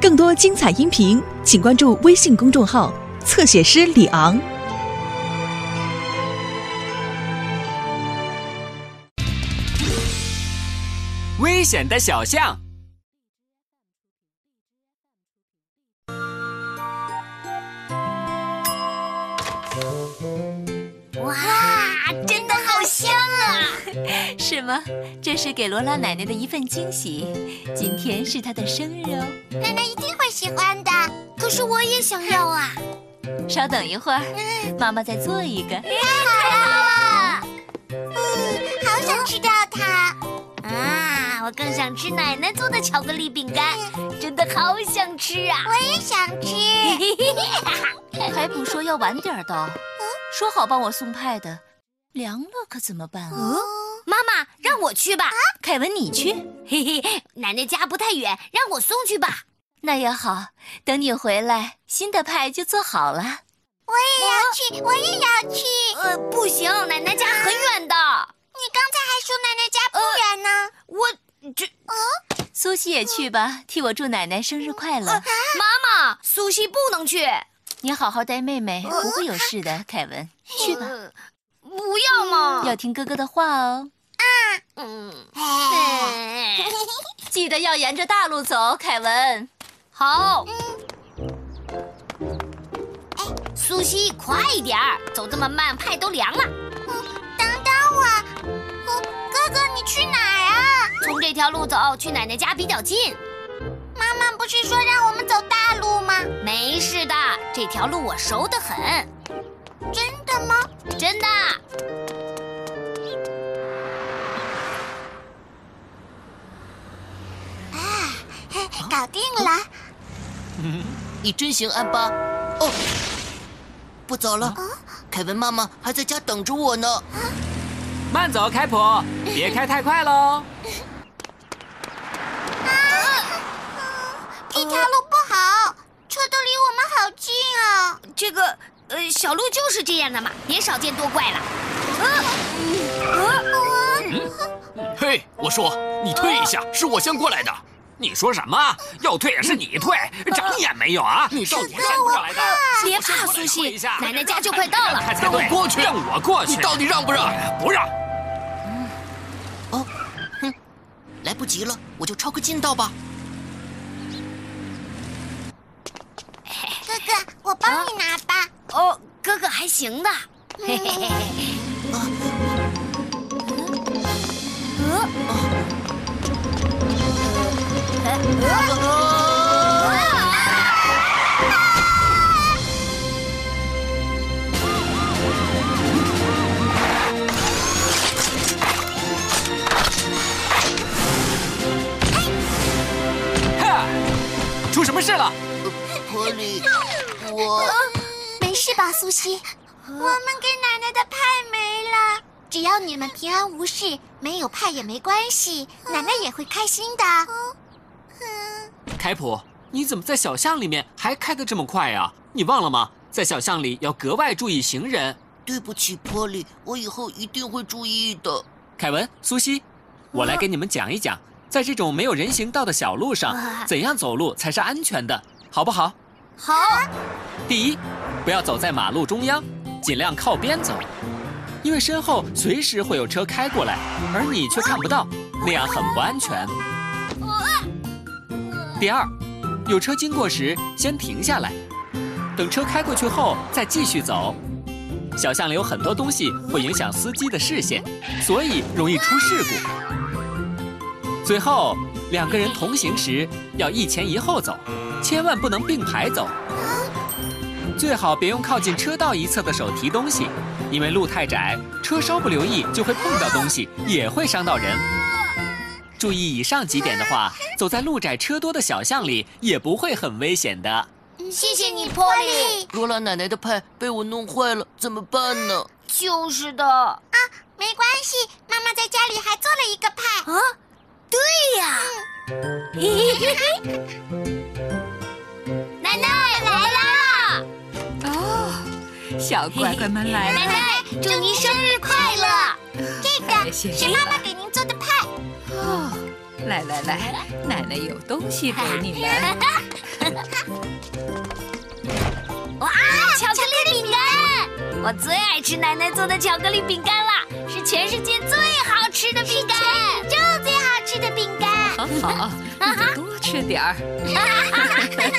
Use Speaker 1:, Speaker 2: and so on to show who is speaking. Speaker 1: 更多精彩音频，请关注微信公众号“侧写师李昂”。
Speaker 2: 危险的小象，
Speaker 3: 哇，真的好香啊！
Speaker 4: 是吗？这是给罗拉奶奶的一份惊喜，今天是她的生日哦。
Speaker 3: 奶奶一定会喜欢的。可是我也想要啊！
Speaker 4: 稍等一会儿，妈妈再做一个。
Speaker 3: 太好了！嗯，好想吃到它。
Speaker 5: 啊，我更想吃奶奶做的巧克力饼干，真的好想吃啊！
Speaker 3: 嗯我也想 吃。
Speaker 4: 还不说要晚点儿到，说好帮我送派的，凉了可怎么办啊？
Speaker 3: 哦
Speaker 5: 妈妈，让我去吧。
Speaker 4: 凯文，你去，
Speaker 5: 嘿嘿，奶奶家不太远，让我送去吧。
Speaker 4: 那也好。等你回来，新的派就做好了。
Speaker 3: 我也要去，我也要去。
Speaker 5: 呃，不行，奶奶家很远的。呃
Speaker 3: 你刚才还说奶奶家不远呢。哦
Speaker 5: 我这
Speaker 4: 苏西也去吧，替我祝奶奶生日快乐。
Speaker 5: 妈妈，苏西不能去。
Speaker 4: 啊你好好带妹妹，不会有事的，凯文。去吧，
Speaker 5: 呃不要嘛。
Speaker 4: 要听哥哥的话哦，
Speaker 5: 嗯，
Speaker 3: 哎
Speaker 5: 哎
Speaker 4: 记得要沿着大路走，凯文。
Speaker 5: 好。哎苏西，快一点儿，走这么慢，派都凉了。
Speaker 3: 等等我，哦哥哥你去哪儿啊？
Speaker 5: 从这条路走去奶奶家比较近。
Speaker 3: 妈妈不是说让我们走大路吗？
Speaker 5: 没事的，这条路我熟得很，
Speaker 3: 真的吗？
Speaker 5: 真的。啊
Speaker 3: 嘿搞定了。
Speaker 6: 你真行，安巴。哦，不早了，凯文妈妈还在家等着我呢。
Speaker 2: 慢走，开普， 别开太快喽。
Speaker 3: 这条路不好，车都离我们好近啊！
Speaker 5: 这个呃，小鹿就是这样的嘛，别少见多怪了。
Speaker 7: 嘿，我说你退一下，是我先过来的。
Speaker 2: 啊你说什么？要退也是你退，长眼没有啊？你到底看不过来的？
Speaker 5: 别怕，苏西，奶奶家就快到了。
Speaker 2: 他才对
Speaker 7: 让我过去
Speaker 2: 让我过去
Speaker 7: 你。到底让不让？
Speaker 2: 不让。
Speaker 6: 哦，哼，来不及了，我就抄个近道吧。
Speaker 3: 哥哥，我帮你拿吧。嗯
Speaker 5: 哦，哥哥还行哦的。嘿嘿嘿嘿，
Speaker 3: 哦
Speaker 5: 哦
Speaker 3: 哦
Speaker 2: 哈，出什么事了？
Speaker 6: 波利，我
Speaker 3: 没事吧，苏西？我们给奶奶的派没了。只要你们平安无事，没有派也没关系，奶奶也会开心的。
Speaker 2: 开普，你怎么在小巷里面还开得这么快呀、啊你忘了吗？在小巷里要格外注意行人。
Speaker 6: 对不起，波利，我以后一定会注意的。
Speaker 2: 凯文、苏西，我来给你们讲一讲，在这种没有人行道的小路上，怎样走路才是安全的，好不好？
Speaker 5: 好，
Speaker 2: 第一，不要走在马路中央，尽量靠边走，因为身后随时会有车开过来，而你却看不到，那样很不安全。第二，有车经过时先停下来，等车开过去后再继续走。小巷里有很多东西会影响司机的视线，所以容易出事故。最后，两个人同行时要一前一后走，千万不能并排走。最好别用靠近车道一侧的手提东西，因为路太窄，车稍不留意就会碰到东西，也会伤到人。注意以上几点的话，走在路窄车多的小巷里也不会很危险的。
Speaker 5: 谢谢你，波利。
Speaker 6: 罗拉奶奶的派被我弄坏了，怎么办呢？
Speaker 5: 就是的。啊，
Speaker 3: 没关系，妈妈在家里还做了一个派。
Speaker 5: 对 呀。奶奶我来啦！
Speaker 8: 小乖乖们来
Speaker 5: 奶
Speaker 8: 了，
Speaker 5: 奶， 祝您生日快乐！
Speaker 4: 哎
Speaker 3: 这个是妈妈给您做的派。
Speaker 4: 来来来，奶奶有东西给你们。
Speaker 5: 哇，巧克力饼干！我最爱吃奶奶做的巧克力饼干啦，是全世界最好吃的饼干，
Speaker 9: 就
Speaker 4: 啊
Speaker 9: 最好吃的饼干。
Speaker 4: 好好，你就多吃点儿。